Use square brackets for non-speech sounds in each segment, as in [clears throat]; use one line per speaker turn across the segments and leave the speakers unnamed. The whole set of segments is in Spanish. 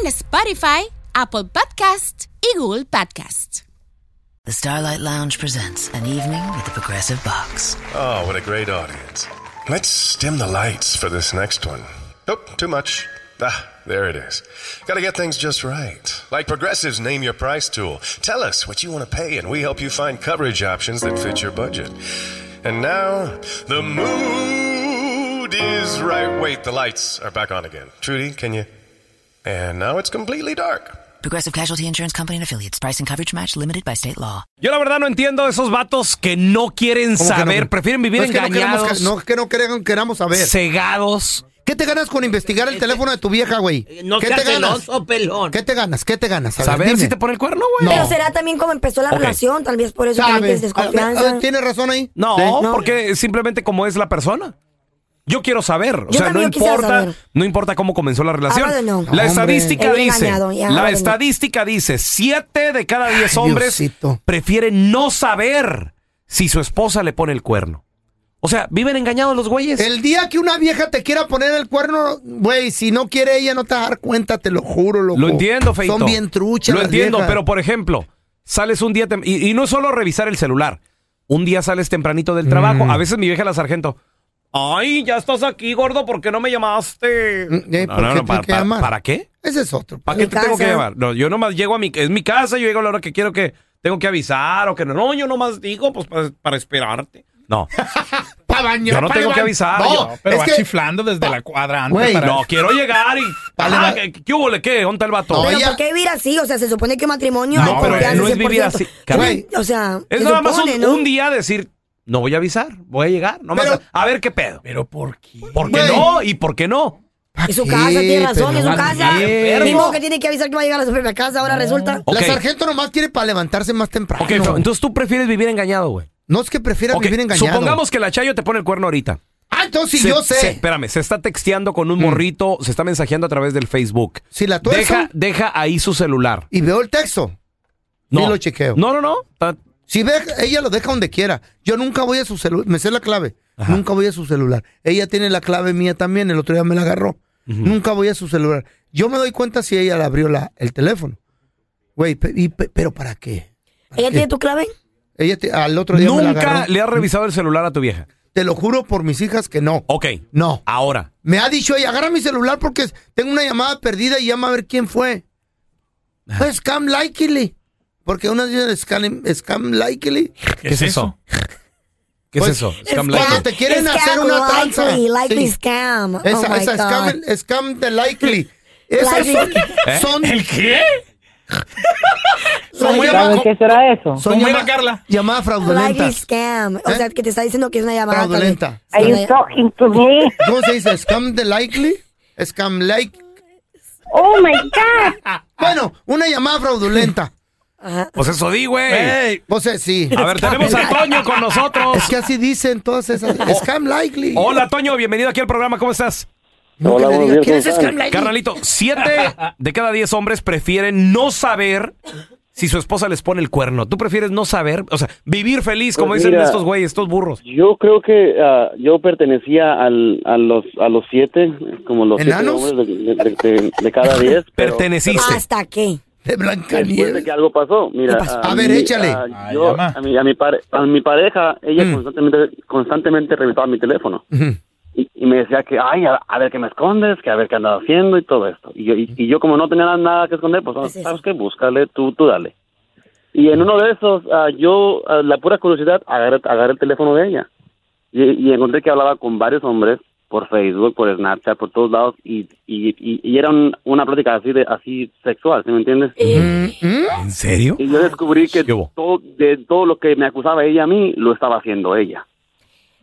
en Spotify, Apple Podcast y Google Podcast.
The Starlight Lounge presents an evening with the Progressive Box.
Oh, what a great audience. Let's dim the lights for this next one. Nope, too much. Ah, there it is. Gotta get things just right. Like Progressive's Name Your Price tool. Tell us what you want to pay, and we help you find coverage options that fit your budget. And now, the mood is right. Wait, the lights are back on again. Trudy, can you? And now it's completely dark.
Progressive Casualty Insurance Company and affiliates. Price and coverage match limited by state law.
Yo la verdad no entiendo a esos vatos que no quieren
¿Cómo que no?
saber, prefieren vivir
No, es que no queremos
engañados,
que- No, que no queremos- queramos saber.
cegados.
¿Qué te ganas con investigar
Eh,
el teléfono de tu vieja, güey?
No
¿Qué
seas
te ganas?
celoso, pelón.
¿Qué te ganas? ¿Qué te ganas? A ver,
Saber
dime.
si te pone el cuerno, güey.
No.
Pero será también como empezó la
Ok. Ah,
relación, tal vez por eso
Sabe.
también tienes
A ver, a
desconfianza.
ver, ¿Tienes razón ahí?
No,
Sí.
porque simplemente como es la persona. Yo quiero saber, o
Yo
sea, no
también quisiera
importa,
saber.
no importa cómo comenzó la relación.
Háblenlo.
La
Hombre.
estadística
Él
dice,
engañado, ya,
la
háblenlo.
estadística dice, 7 de cada 10
Ay,
hombres
Diosito.
prefieren no saber si su esposa le pone el cuerno. O sea, viven engañados los güeyes.
El día que una vieja te quiera poner el cuerno, güey, si no quiere ella no te va a dar cuenta, te lo juro, loco.
Lo entiendo, Feito.
Son bien truchas.
Lo
las
entiendo,
viejas.
pero por ejemplo, sales un día. tem- Y, y no es solo revisar el celular. Un día sales tempranito del trabajo.
Mm.
A veces mi vieja la sargento. Ay, ya estás aquí, gordo, ¿por qué no me llamaste?
Mm, eh, ¿por qué te
¿para,
que llamar?
¿para qué?
Ese es otro.
¿Para
Mi
qué te tengo que
casa.
llevar? No, yo nomás llego a mi... Es mi casa, yo llego a la hora que quiero que... Tengo que avisar o que no. No, yo nomás digo, pues, para, para esperarte. No,
Para bañar.
yo no tengo que avisar. yo-
pero es que,
chiflando desde la cuadra antes
Güey,
para-
no, quiero llegar y...
Vale,
Ah,
va-
¿qué, ¿Qué hubo? le ¿Qué? ¿Dónde está el vato?
No,
Pero
ella-
¿por qué vivir así? O sea, se supone que un matrimonio
No,
hay
pero
confianza
no es vivir
100%.
así, Carmen.
O sea,
Es
se
nada más
supone,
un,
¿no?
un día decir, no voy a avisar, voy a llegar, nomás
Pero-
a, a ver qué pedo.
Pero ¿por qué?
¿Por qué
Güey.
no? ¿Y por qué no?
Es su casa, tiene razón, es su
Pero-
casa.
Bien.
Mismo que tiene que avisar que va a llegar a su propia casa, ahora resulta.
Ok.
La sargento nomás quiere para levantarse más temprano.
Ok, Feo, entonces tú prefieres vivir engañado, güey.
no es que prefiera
Ok,
vivir engañado.
Supongamos que la Chayo te pone el cuerno ahorita.
Ah, entonces
Se-
yo sé. Mm.
se- espérame, se está texteando con un morrito, se está mensajeando a través del Facebook.
Si la tuerzo
Deja, deja ahí su celular.
y veo el texto.
No.
Sí lo chequeo.
No, no, no. Ta-
Si ve, ella lo deja donde quiera. Yo nunca voy a su celular. Me sé la clave. Nunca voy a su celular. Ella tiene la clave mía también. El otro día me la agarró. Nunca voy a su celular. Yo me doy cuenta si ella le abrió la, el teléfono. Güey, pe- y pe- pero ¿para qué? ¿Para
¿Ella
qué?
tiene tu clave?
Ella te- al otro día me la
Nunca
agarró.
le has revisado el celular a tu vieja.
Te lo juro por mis hijas que no.
Ok.
No.
Ahora.
Me ha dicho ella, agarra mi celular porque tengo una llamada perdida y llama a ver quién fue. Pues Scam Likely. Porque una dice Scam, scam Likely.
¿Qué, es eso? ¿Qué
Pues,
es eso?
es cuando te quieren
Scam
hacer una tranza.
Likely, likely
Sí.
scam.
Esa,
oh my
esa
God.
scam, scam de likely. Esas
Likely.
son,
¿Eh?
son,
¿El qué?
son
¿Cómo era?
llamadas-
¿Qué será eso?
son
¿Cómo era,
llama-
Carla?
llamadas
Likely
fraudulentas.
scam. O
¿Eh?
sea, que te está diciendo que es una llamada.
Fraudulenta.
tal
Are
vez.
you talking to me?
¿Cómo se dice? Scam de likely. Scam like.
Oh my God.
[laughs] Bueno, una llamada fraudulenta.
Pues eso di, güey.
O sea, sí.
A ver, tenemos a Toño con nosotros.
Es que así dicen todas esas. Scam likely.
Hola, Toño, bienvenido aquí al programa. ¿Cómo estás?
No, que
Hola,
le
buenos
diga,
días,
¿quién
¿cómo
es
están?
Scam likely?
Carnalito, siete de cada diez hombres prefieren no saber si su esposa les pone el cuerno. ¿Tú prefieres no saber? O sea, vivir feliz, como
Pues
dicen
mira.
estos güeyes, estos burros.
Yo creo que ah, yo pertenecía al, a los a los siete, como los siete
¿Enanos?
hombres de, de- de- de cada diez. pero
Perteneciste.
¿Hasta qué?
De
Después de
Blancanieves.
que algo pasó, mira.
¿Qué pasó?
A ver,
mi-
échale. Mm.
A,
Ay,
yo,
ama.
a, mi, a, mi pare- a mi pareja, ella constantemente, constantemente revisaba mi teléfono.
Ujú.
Y, y me decía que, ay, a, a ver qué me escondes, que a ver qué andaba haciendo y todo esto. Y yo, y, y yo como no tenía nada que esconder, pues,
Pues eso.
¿sabes qué? Búscale, tú, tú dale. Y en uno de esos, ah, yo, ah, la pura curiosidad, agarré, agarré el teléfono de ella. Y, y encontré que hablaba con varios hombres por Facebook, por Snapchat, por todos lados. Y, y, y, y era un- una plática así, de, así sexual, ¿sí me entiendes?
Eh,
¿En serio?
Y yo descubrí que
¿Qué hubo?
todo, de todo lo que me acusaba ella a mí, lo estaba haciendo ella.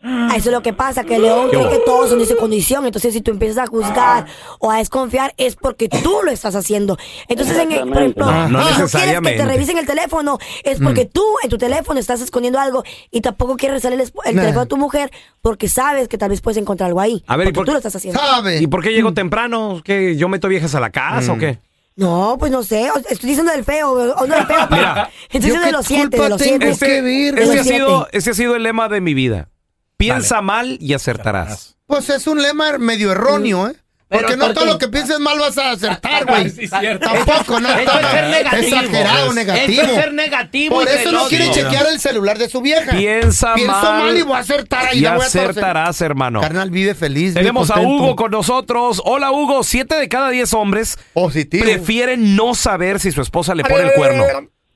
Ah, Eso es lo que pasa, que el león
¿Qué Ah.
cree
hubo?
que todos son de su condición. Entonces, si tú empiezas a juzgar o a desconfiar, es porque tú lo estás haciendo. Entonces, en el- por ejemplo,
No, no
si quieres que
necesariamente. Mm.
te revisen el teléfono, es porque tú en tu teléfono estás escondiendo algo y tampoco quieres salir el, esp- el
Nah.
teléfono de tu mujer porque sabes que tal vez puedes encontrar algo ahí.
A ver, ¿y
porque
por- Ah.
tú lo estás haciendo.
¿Sabe?
¿Y por qué llegó temprano? ¿Que yo meto viejas a la casa o qué?
No, pues no sé. o- Estoy diciendo del feo. O no del feo.
Mira,
[laughs] estoy
¿yo
diciendo de
qué
los siete,
culpa
de los
tengo?
siete.
Es que vir-
ese
de los
Este, ha
siete.
sido, ese ha sido el lema de mi vida. Piensa mal y acertarás.
Pues es un lema medio erróneo, ¿eh? Porque no todo lo que pienses mal vas a acertar, güey. Tampoco, no.
Eso es
todo-
ser negativo.
Exagerado, negativo.
Eso es ser negativo.
Por
y
eso no
celoso.
quiere chequear el celular de su vieja.
Piensa
Pienso
mal,
mal y voy a acertar ahí.
y
la voy a torcer.
acertarás, hermano.
Carnal, vive feliz. vive
Tenemos a
contento.
Hugo con nosotros. Hola, Hugo. Siete de cada diez hombres
Positivo.
prefieren no saber si su esposa le pone el cuerno.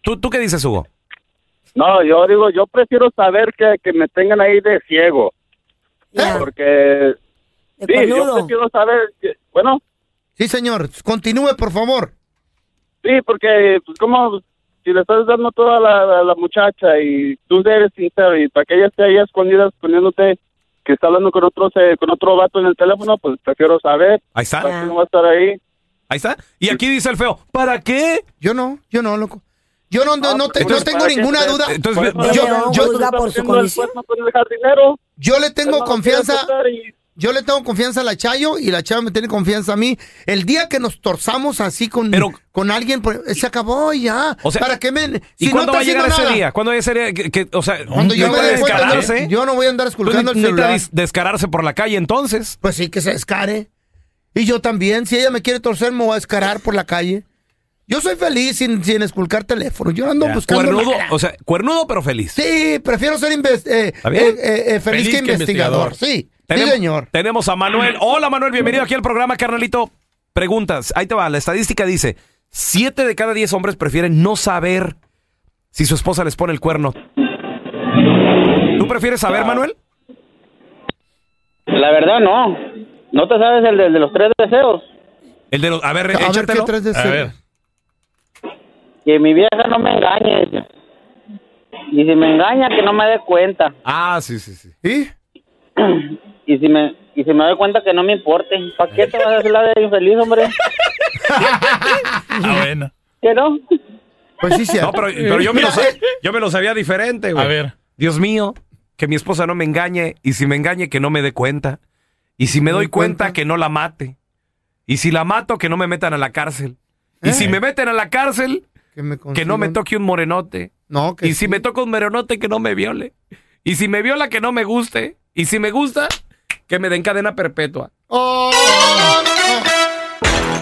¿Tú, tú qué dices, Hugo?
No, yo digo, yo prefiero saber que, que me tengan ahí de ciego.
¿Eh?
Ya,
Porque,
de
sí, yo
cornudo.
prefiero saber, que- bueno,
Sí, señor. Continúe, por favor.
sí, porque, pues, como si le estás dando toda la, la, la muchacha y tú eres sincero y para que ella esté ahí escondida, escondiéndote, que está hablando con otro, se- con otro vato en el teléfono, pues prefiero saber.
Ahí está.
¿Para qué no va a estar ahí?
Ahí está. Y aquí dice el feo. ¿Para qué?
Yo no, yo no, loco. Yo no, no, no te- no
Entonces,
tengo
Ah, pues ¿para qué
ninguna
te-
duda.
Entonces,
Por
ve-
eso
yo-
le van a
yo-
juzgar
por
haciendo
su
el
condición.
cuerno con el jardinero.
Yo le
Él no
tengo
lo quiere
confianza.
aceptar y-
Yo le tengo confianza a la Chayo y la Chayo me tiene confianza a mí. El día que nos torzamos así con,
Pero-
con alguien, pues, se acabó y ya.
O sea,
¿Para qué me.?
¿Y
si
cuándo
no está
va a llegar
haciendo
ese
nada,
día? ¿Cuándo va a ese día? que- que- o sea,
Cuando yo
no
me
puede
dé cuenta,
descararse.
yo no voy a andar
Pues
esculcando el
necesita
celular.
dis- descararse por la calle entonces.
Pues sí, que se descare. Y yo también. Si ella me quiere torcer, me voy a descarar por la calle. Yo soy feliz sin, sin esculcar teléfono. Yo no ando buscando.
Cuernudo,
nada.
o sea, cuernudo pero feliz.
Sí, prefiero ser inves- eh,
bien?
eh, eh, eh, feliz, que, investigador. Sí, sí,
Tenem-
señor.
Tenemos a Manuel. Hola, Manuel. Bienvenido aquí al programa, carnalito. Preguntas. Ahí te va. La estadística dice: siete de cada diez hombres prefieren no saber si su esposa les pone el cuerno. ¿Tú prefieres
Ah.
saber, Manuel?
La verdad, no. ¿No te sabes el de, de los tres deseos?
El de los. A ver,
A ver qué
échatelo.
traes de
A
ser-
ver.
Que mi vieja no me engañe. dice. Y si me engaña, que no me dé cuenta.
Ah, sí, sí, sí.
¿Sí?
Y si me, y si me doy cuenta, que no me importe. ¿Para qué te vas a hacer la de infeliz, hombre?
Ah, bueno.
¿Que no?
Pues sí, eh, sí.
No, pero, pero yo, me lo, sa- yo me lo sabía diferente, güey.
A ver.
Dios mío, que mi esposa no me engañe. Y si me engañe, que no me dé cuenta. Y si me doy cuenta, que no la mate. Y si la mato, que no me metan a la cárcel. Y
Eh.
si me meten a la cárcel,
Que, me
que no me
consigan-
toque un morenote.
No, Pues que
Y si
sí.
me toca un morenote, que no me viole. Y si me viola, que no me guste. Y si me gusta, que me den cadena perpetua.
Oh, no.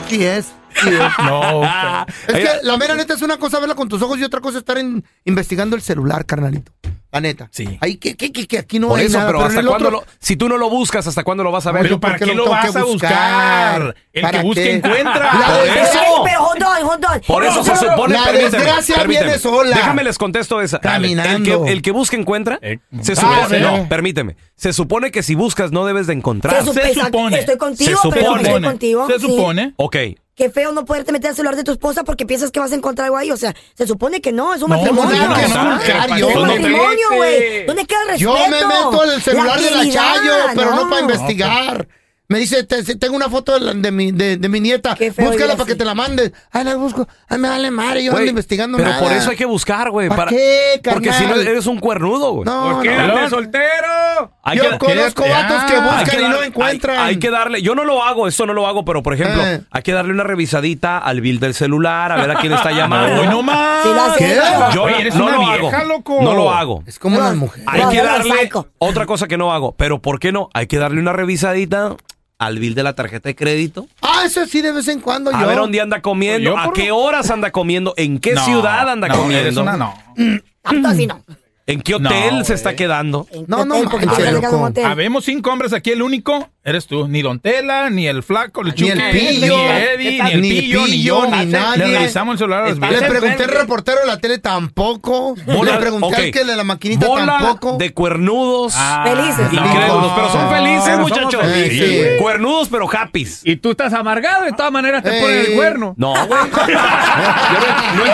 Sí es.
[laughs]
sí es.
No.
Ah,
Es
ahí-
que la mera neta es una cosa verla con tus ojos y otra cosa estar en- investigando el celular, carnalito. La neta.
Sí.
Ahí que, que, que, que aquí no
por
hay
eso,
nada,
pero,
en
hasta
el
cuándo
otro-
lo- si tú no lo buscas, ¿hasta cuándo lo vas a ver?
Pero
Pero
¿para
¿por qué
qué
lo
lo
tengo
vas
que
a buscar?
buscar?
El
¿Para
que busca
qué?
encuentra.
La
Por
desgracia-
eso.
Ay, pero hold on, hold on.
Por eso
No,
se
no, no, no.
supone,
La
permíteme,
desgracia
permíteme.
viene sola.
Déjame les contesto esa. Dale. El
Caminando.
que, el que busca encuentra.
Eh,
se
ah,
supone,
sí.
no, permíteme. Se supone que si buscas no debes de encontrar.
Se, supe-
Se
exacto,
supone.
Estoy contigo,
Se
pero no
supone.
estoy contigo.
Se
sí.
supone.
¿Eh? ok.
Qué feo no poderte meter al celular de tu esposa porque piensas que vas a encontrar algo ahí. O sea, se supone que no, es un
No,
matrimonio.
claro
que no,
Es un
claro,
Es
yo
un
no
matrimonio,
vete.
güey. ¿Dónde queda el respeto?
Yo me meto al celular de la
dignidad,
Chayo, pero no, para investigar. Me dice, te- te- tengo una foto de, la- de mi, de, de mi nieta.
Qué feo
Búscala
ir
para
así.
que te la mandes. Ay, la busco. Ay, me vale madre. Yo
Güey,
ando investigando
pero
nada.
por eso hay que buscar, güey.
¿Pa'
para-
qué,
Porque si
carnal?
no eres un cuernudo, güey.
No, no.
Adelante,
soltero!
Yo conozco vatos
Ah,
que buscan y no encuentran.
Hay, que darle, yo no lo hago, eso no lo hago, pero por ejemplo,
Eh.
hay que darle una revisadita al bill del celular, a ver a quién [laughs] está llamando.
Hoy no más.
Sí, lo hace.
¿Qué?
Yo
Oye, eres
no
una
lo
vieja,
hago.
loco.
No lo hago.
Es como las mujeres.
Hay
No,
que
no lo
darle
saco.
otra cosa que no hago, pero ¿por qué no? Hay que darle una revisadita al bill de la tarjeta de crédito.
Ah, eso sí, de vez en cuando
A
yo.
ver dónde anda comiendo,
Yo
a
por-
qué horas anda comiendo, en qué
No,
ciudad anda
no, eres
comiendo.
una no.
Mm.
Tanto así no.
¿En qué hotel
No,
se está
eh.
güey.
quedando?
No, no,
Hotel, porque
manches,
tú eres de casa
loco.
de motel.
Habemos cinco hombres aquí, el único eres tú. Ni Don Tela, ni el Flaco, el
Ni
Chuque,
el pillo,
ni Eddie, ni el Pillo, ni yo, ni nadie. Le revisamos el celular a las
Le
viejas.
pregunté al reportero de la tele tampoco.
Bola-
le pregunté
ok.
al que de la maquinita
Bola
tampoco.
de cuernudos.
Ah,
Felices.
no.
Incrédulos, pero son felices,
Pero somos
muchachos.
felices,
Sí,
güey.
güey.
Cuernudos, pero happy.
Y tú estás amargado, de todas maneras te
Ey.
ponen el cuerno.
No, güey.
[laughs]
Yo no, no he encontrado nada. No he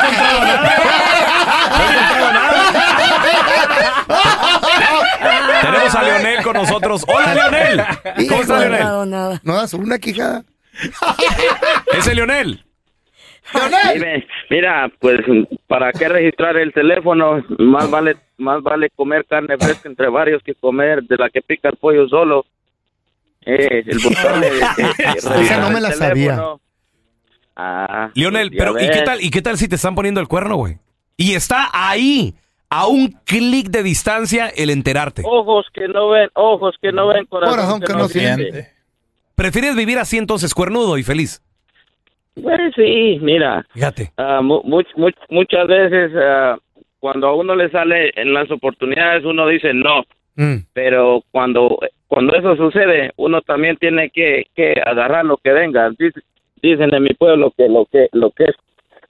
encontrado nada. Tenemos a Leonel con nosotros. Hola, Leonel. ¿Cómo está,
No,
Leonel?
nada, nada.
No das una quijada.
Ese Leonel.
Mire, mira, pues, ¿para qué registrar el teléfono? Más vale, más vale comer carne fresca entre varios que comer de la que pica el pollo solo. Eh, el botón de- de-
[laughs]
de revisar
no me
el
la
teléfono.
sabía.
Ah,
Leonel,
ya
pero ¿y qué
ves.
tal, y qué tal si te están poniendo el cuerno, güey? Y está ahí, a un clic de distancia, el enterarte.
Ojos que no ven, ojos que no ven, corazón,
Corazón que no
siente.
siente.
¿Prefieres vivir así entonces, cuernudo y feliz?
Pues sí, mira,
Fíjate.
ah, mu- much- much- muchas veces ah, cuando a uno le sale en las oportunidades uno dice no,
Mm.
pero cuando cuando eso sucede uno también tiene que, que agarrar lo que venga Dic- dicen en mi pueblo que lo que lo que es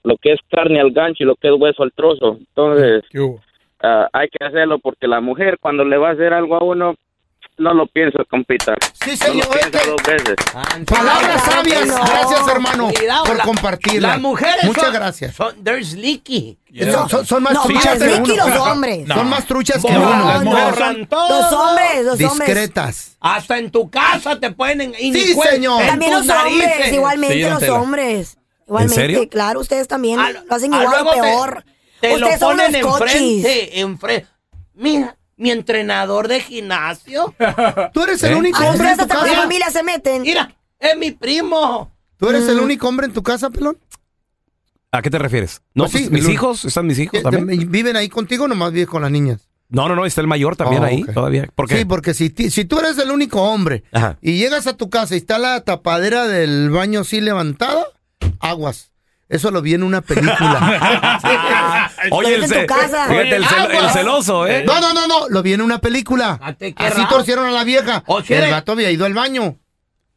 lo que es carne al gancho y lo que es hueso al trozo entonces
¿Qué hubo?
ah, hay que hacerlo porque la mujer cuando le va a hacer algo a uno no lo piensa compita
Sí,
no
señor.
lo piensa dos veces
Palabras sabias.
No.
Gracias, hermano, por compartirla.
Las mujeres
Muchas
son-
gracias.
Son, they're sneaky.
Son,
Ah,
son- son más
No,
truchas
más
que
Ricky
uno.
los hombres.
No.
Son más truchas que
Borran,
No, las
uno.
mujeres
borran
son-
todo.
Los hombres, los hombres.
Discretas.
Hasta en tu casa te pueden y ni
Sí,
cuen-
señor.
en
También
tus
los hombres,
eh.
narices.
igualmente
Sí, don
los
Tela.
hombres. Igualmente,
serio?
claro, ustedes también
A-
lo hacen
a
igual
luego
o
te-
peor.
Te, lo
ustedes son
ponen
unos cochis.
enfrente, enfrente. Mira, mi entrenador de gimnasio.
Tú eres el
¿Eh?
único
A
hombre en
ustedes
tu
hasta con la
casa.
familia se meten.
Mira, es mi primo.
Tú eres
Mm.
el único hombre en tu casa, pelón.
¿A qué te refieres? No,
Pues sí, Eh,
pues, mis
Leonel.
hijos, están mis hijos
Que-
también.
que ¿Viven ahí contigo o nomás vives con las niñas?
No, no, no, está el mayor también
Oh,
ahí
ok.
todavía. ¿Por qué?
Sí, pues. porque si, ti- si tú eres el único hombre
Ajá.
y llegas a tu casa y está la tapadera del baño así levantada, aguas. Eso lo vi en una
[laughs]
película.
[laughs] Oye, el,
en tu
ce-
casa.
fíjate, el, cel- el celoso, ¿eh?
no, no, no, no, lo vi en una película.
Ah, te- qué
Así
raro. Oh, eh.
torcieron a la vieja.
O si
el
eres-
gato había ido al baño.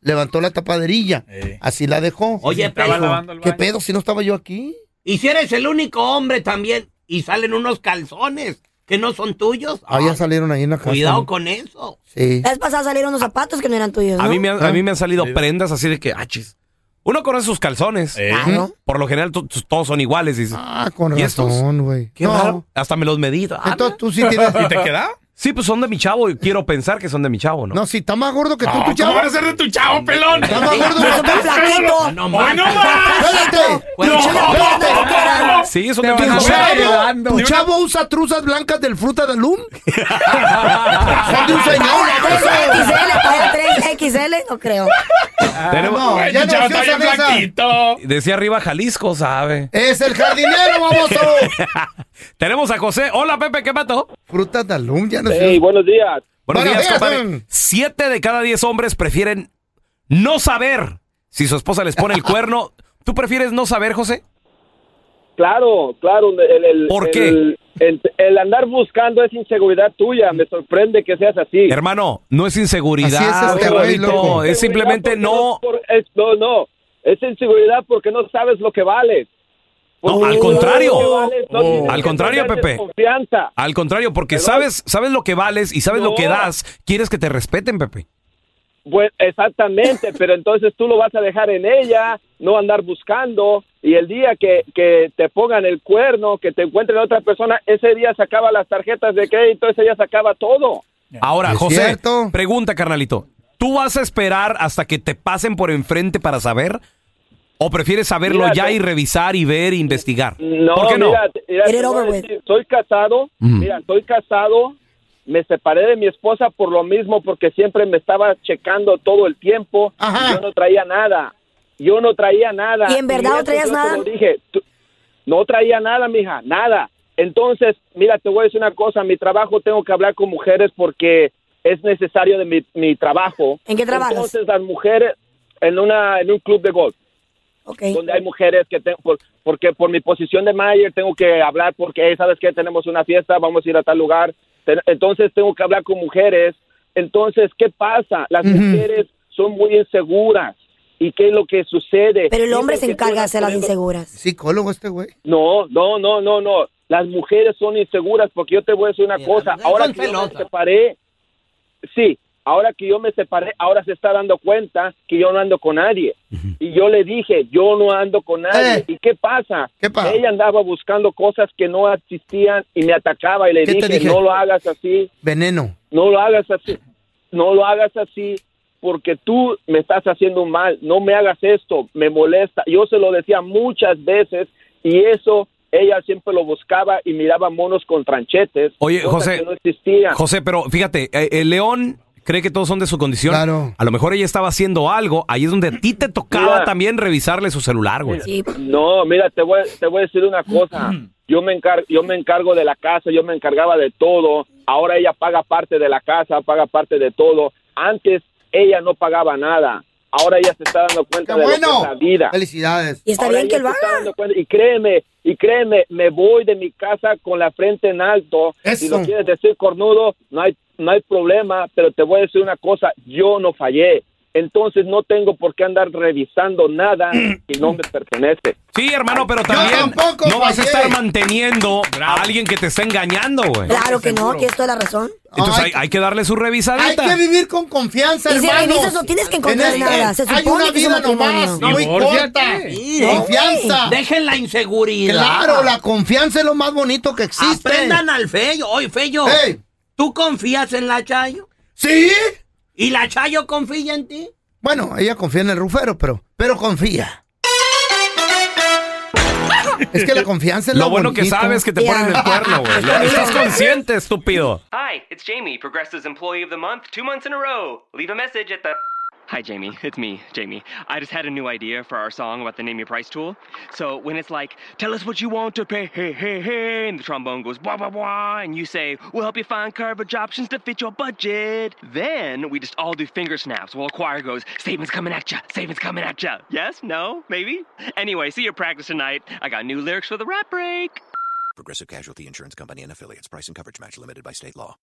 Levantó la tapaderilla.
Eh.
Así la dejó.
Oye,
Estaba
pero-
lavando el
¿Qué
baño.
pedo si no estaba yo aquí?
Y si eres el único hombre también y salen unos calzones que no son tuyos.
Ah, ya
ay,
salieron ahí en la casa.
Cuidado con eso.
Sí.
La vez pasada salieron unos zapatos que no eran tuyos, ¿no?
A mí, me han,
Ah.
a mí me han salido prendas así de que, ah, chis. Uno conoce sus calzones.
Eh.
Claro.
Por lo general, to- todos son iguales. Dices,
Ah, con
¿Y estos?
razón, güey.
qué
No.
raro. Hasta me los medí. Ah,
Entonces tú sí tienes...
[laughs] ¿Y te queda?
Sí, pues son de mi chavo. y Quiero pensar que son de mi chavo, ¿no?
No, si está más gordo que tú, tu
Ah, ¿Cómo
chavo.
vas a ser de tu chavo, pelón?
Está más gordo que
Yo
tú.
soy flaquito.
No
¡Ay,
Ah,
más.
¡Ah, no más!
Espérate.
Pues,
Tu chavo-
no,
espérate.
Sí, son
Te
de mi
van a
chavo.
ver.
¿Tu chavo-
Dando.
¿Tu
Ni una-
chavo usa truzas blancas del fruta de Ah, lum? Son de un señor.
Talla
¿no?
3XL, talla 3XL, no creo.
Tenemos-
Ah, No,
Ay,
ya
tu chavo
no se
está
usa
bien
de esa.
flaquito.
Decía arriba Jalisco, sabe.
Es el jardinero, baboso.
Tenemos a José. Hola, Pepe, ¿qué pasó?
Fruta de lum, ya no se
Hey, buenos días
Buenos
Buenos
días,
días,
compadre.
don.
Siete de cada diez hombres prefieren no saber si su esposa les pone el cuerno. ¿Tú prefieres no saber, José?
Claro, claro. El, el-
¿Por
el-
qué?
El, el andar buscando es inseguridad tuya. Me sorprende que seas así.
Hermano, no es
Así es
inseguridad,
este güey,
Carlito,
loco.
es simplemente
Inseguridad
no.
porque por- es- no, no. Es inseguridad porque no sabes lo que vales.
No,
Porque
al
no sabes
contrario.
lo que vales, no
Oh.
tienes
Al
que
contrario,
tener
Pepe.
Confianza.
Al contrario, porque
Perdón.
sabes, sabes lo que vales y sabes lo que
No.
das, quieres que te respeten, Pepe.
Bueno,
[laughs]
exactamente, pero entonces tú lo vas a dejar en ella, no andar buscando, y el día que, que te pongan el cuerno, que te encuentren a otra persona, ese día sacaba las tarjetas de crédito, ese día sacaba todo.
Ahora,
Es
José,
cierto.
pregunta, carnalito. ¿Tú vas a esperar hasta que te pasen por enfrente para saber? ¿O prefieres saberlo
Mira,
ya
yo-
y revisar y ver e investigar?
No,
¿Por qué no?
mira, mira,
Get
te
it
voy a
over with.
decir, soy casado,
Mm.
mira, soy casado, me separé de mi esposa por lo mismo, porque siempre me estaba checando todo el tiempo,
Ajá.
y yo no traía nada, yo no traía nada.
¿Y en verdad no
eso
traías
yo te
nada?
lo dije, tú- no traía nada, mija, nada. Entonces, mira, te voy a decir una cosa, mi trabajo tengo que hablar con mujeres porque es necesario de mi, mi trabajo.
¿En qué trabajas?
Entonces, las mujeres en, una, en un club de golf. donde hay mujeres que tengo, por- porque por mi posición de manager tengo que hablar porque, "Hey, ¿sabes qué? Tenemos una fiesta, vamos a ir a tal lugar. Ten- Entonces tengo que hablar con mujeres. Entonces, ¿qué pasa? Las
Ujú.
mujeres son muy inseguras. ¿Y qué es lo que sucede?
Pero el hombre
Siempre
se
que tú
encarga de
andas
hacer las
poniendo-
inseguras.
Psicólogo este güey.
no, no, no, no, no. Las mujeres son inseguras porque yo te voy a decir una cosa. Ahora que yo me separé, sí, ahora que yo me separé, ahora se está dando cuenta que yo no ando con nadie. Y yo le dije, yo no ando con nadie.
Eh.
¿Y qué pasa? Ella andaba buscando cosas que no existían y me atacaba y le
¿Qué te
dije,
dije?
no lo hagas así,
Veneno.
no lo hagas así, no lo hagas así porque tú me estás haciendo un mal, no me hagas esto, me molesta. Yo se lo decía muchas veces y eso ella siempre lo buscaba y miraba monos con tranchetes.
Oye,
cosas
José,
que no existían.
José, pero fíjate, eh, el león cree que todos son de su condición.
Claro.
A lo mejor ella estaba haciendo algo. Ahí es donde a ti te tocaba
Mira.
también revisarle su celular, güey.
No, mira, te voy, te voy a decir
[clears throat]
una cosa. Yo me, encar- yo me encargo de la casa, yo me encargaba de todo. Ahora ella paga parte de la casa, paga parte de todo. Antes ella no pagaba nada. Ahora ella se está dando cuenta de lo que es la vida.
Felicidades.
Y está bien que lo haga. Y créeme, y créeme, me voy de mi casa con la frente en alto. Si
Eso.
lo quieres decir cornudo, no hay, no hay problema, pero te voy a decir una cosa, yo no fallé. Entonces no tengo por qué andar revisando nada que no me pertenece.
Sí, hermano, pero también no vas a estar manteniendo a alguien que te está engañando, güey.
Claro que no, tienes toda la razón.
Entonces hay, hay que darle su
Hay
revisadita.
que vivir con confianza,
Y si
hermanos.
revisas, no tienes que encontrar
En el-
nada. Se
Hay
supone
una
que es un
vida
matrimonio.
nomás, muy
Divórciate.
corta.
Sí.
Confianza.
Dejen la inseguridad.
Claro, la confianza es lo más bonito que existe.
Aprendan al Fello. Oye, Fello,
Hey.
¿tú confías en la Chayo?
¿Sí?
¿Y la Chayo confía en ti?
Bueno, ella confía en el rufero, pero, pero confía. es que la confianza es
Lo
lo
bueno que
bonito.
sabes que te ponen el cuerno, güey. Lo- Estás consciente, estúpido.
Hi, it's Jamie, Progressive's Employee of the Month, two months in a row. Leave a message at the. Hi, Jamie. It's me, Jamie. I just had a new idea for our song about the Name Your Price tool. So when it's like, tell us what you want to pay, hey, hey, hey, and the trombone goes, blah, blah, blah, and you say, we'll help you find coverage options to fit your budget. Then we just all do finger snaps while a choir goes, savings coming at ya, savings coming at ya. Yes? No? Maybe? Anyway, see you at practice tonight. I got new lyrics for the rap break.
Progressive Casualty Insurance Company and affiliates. Price and coverage match limited by state law.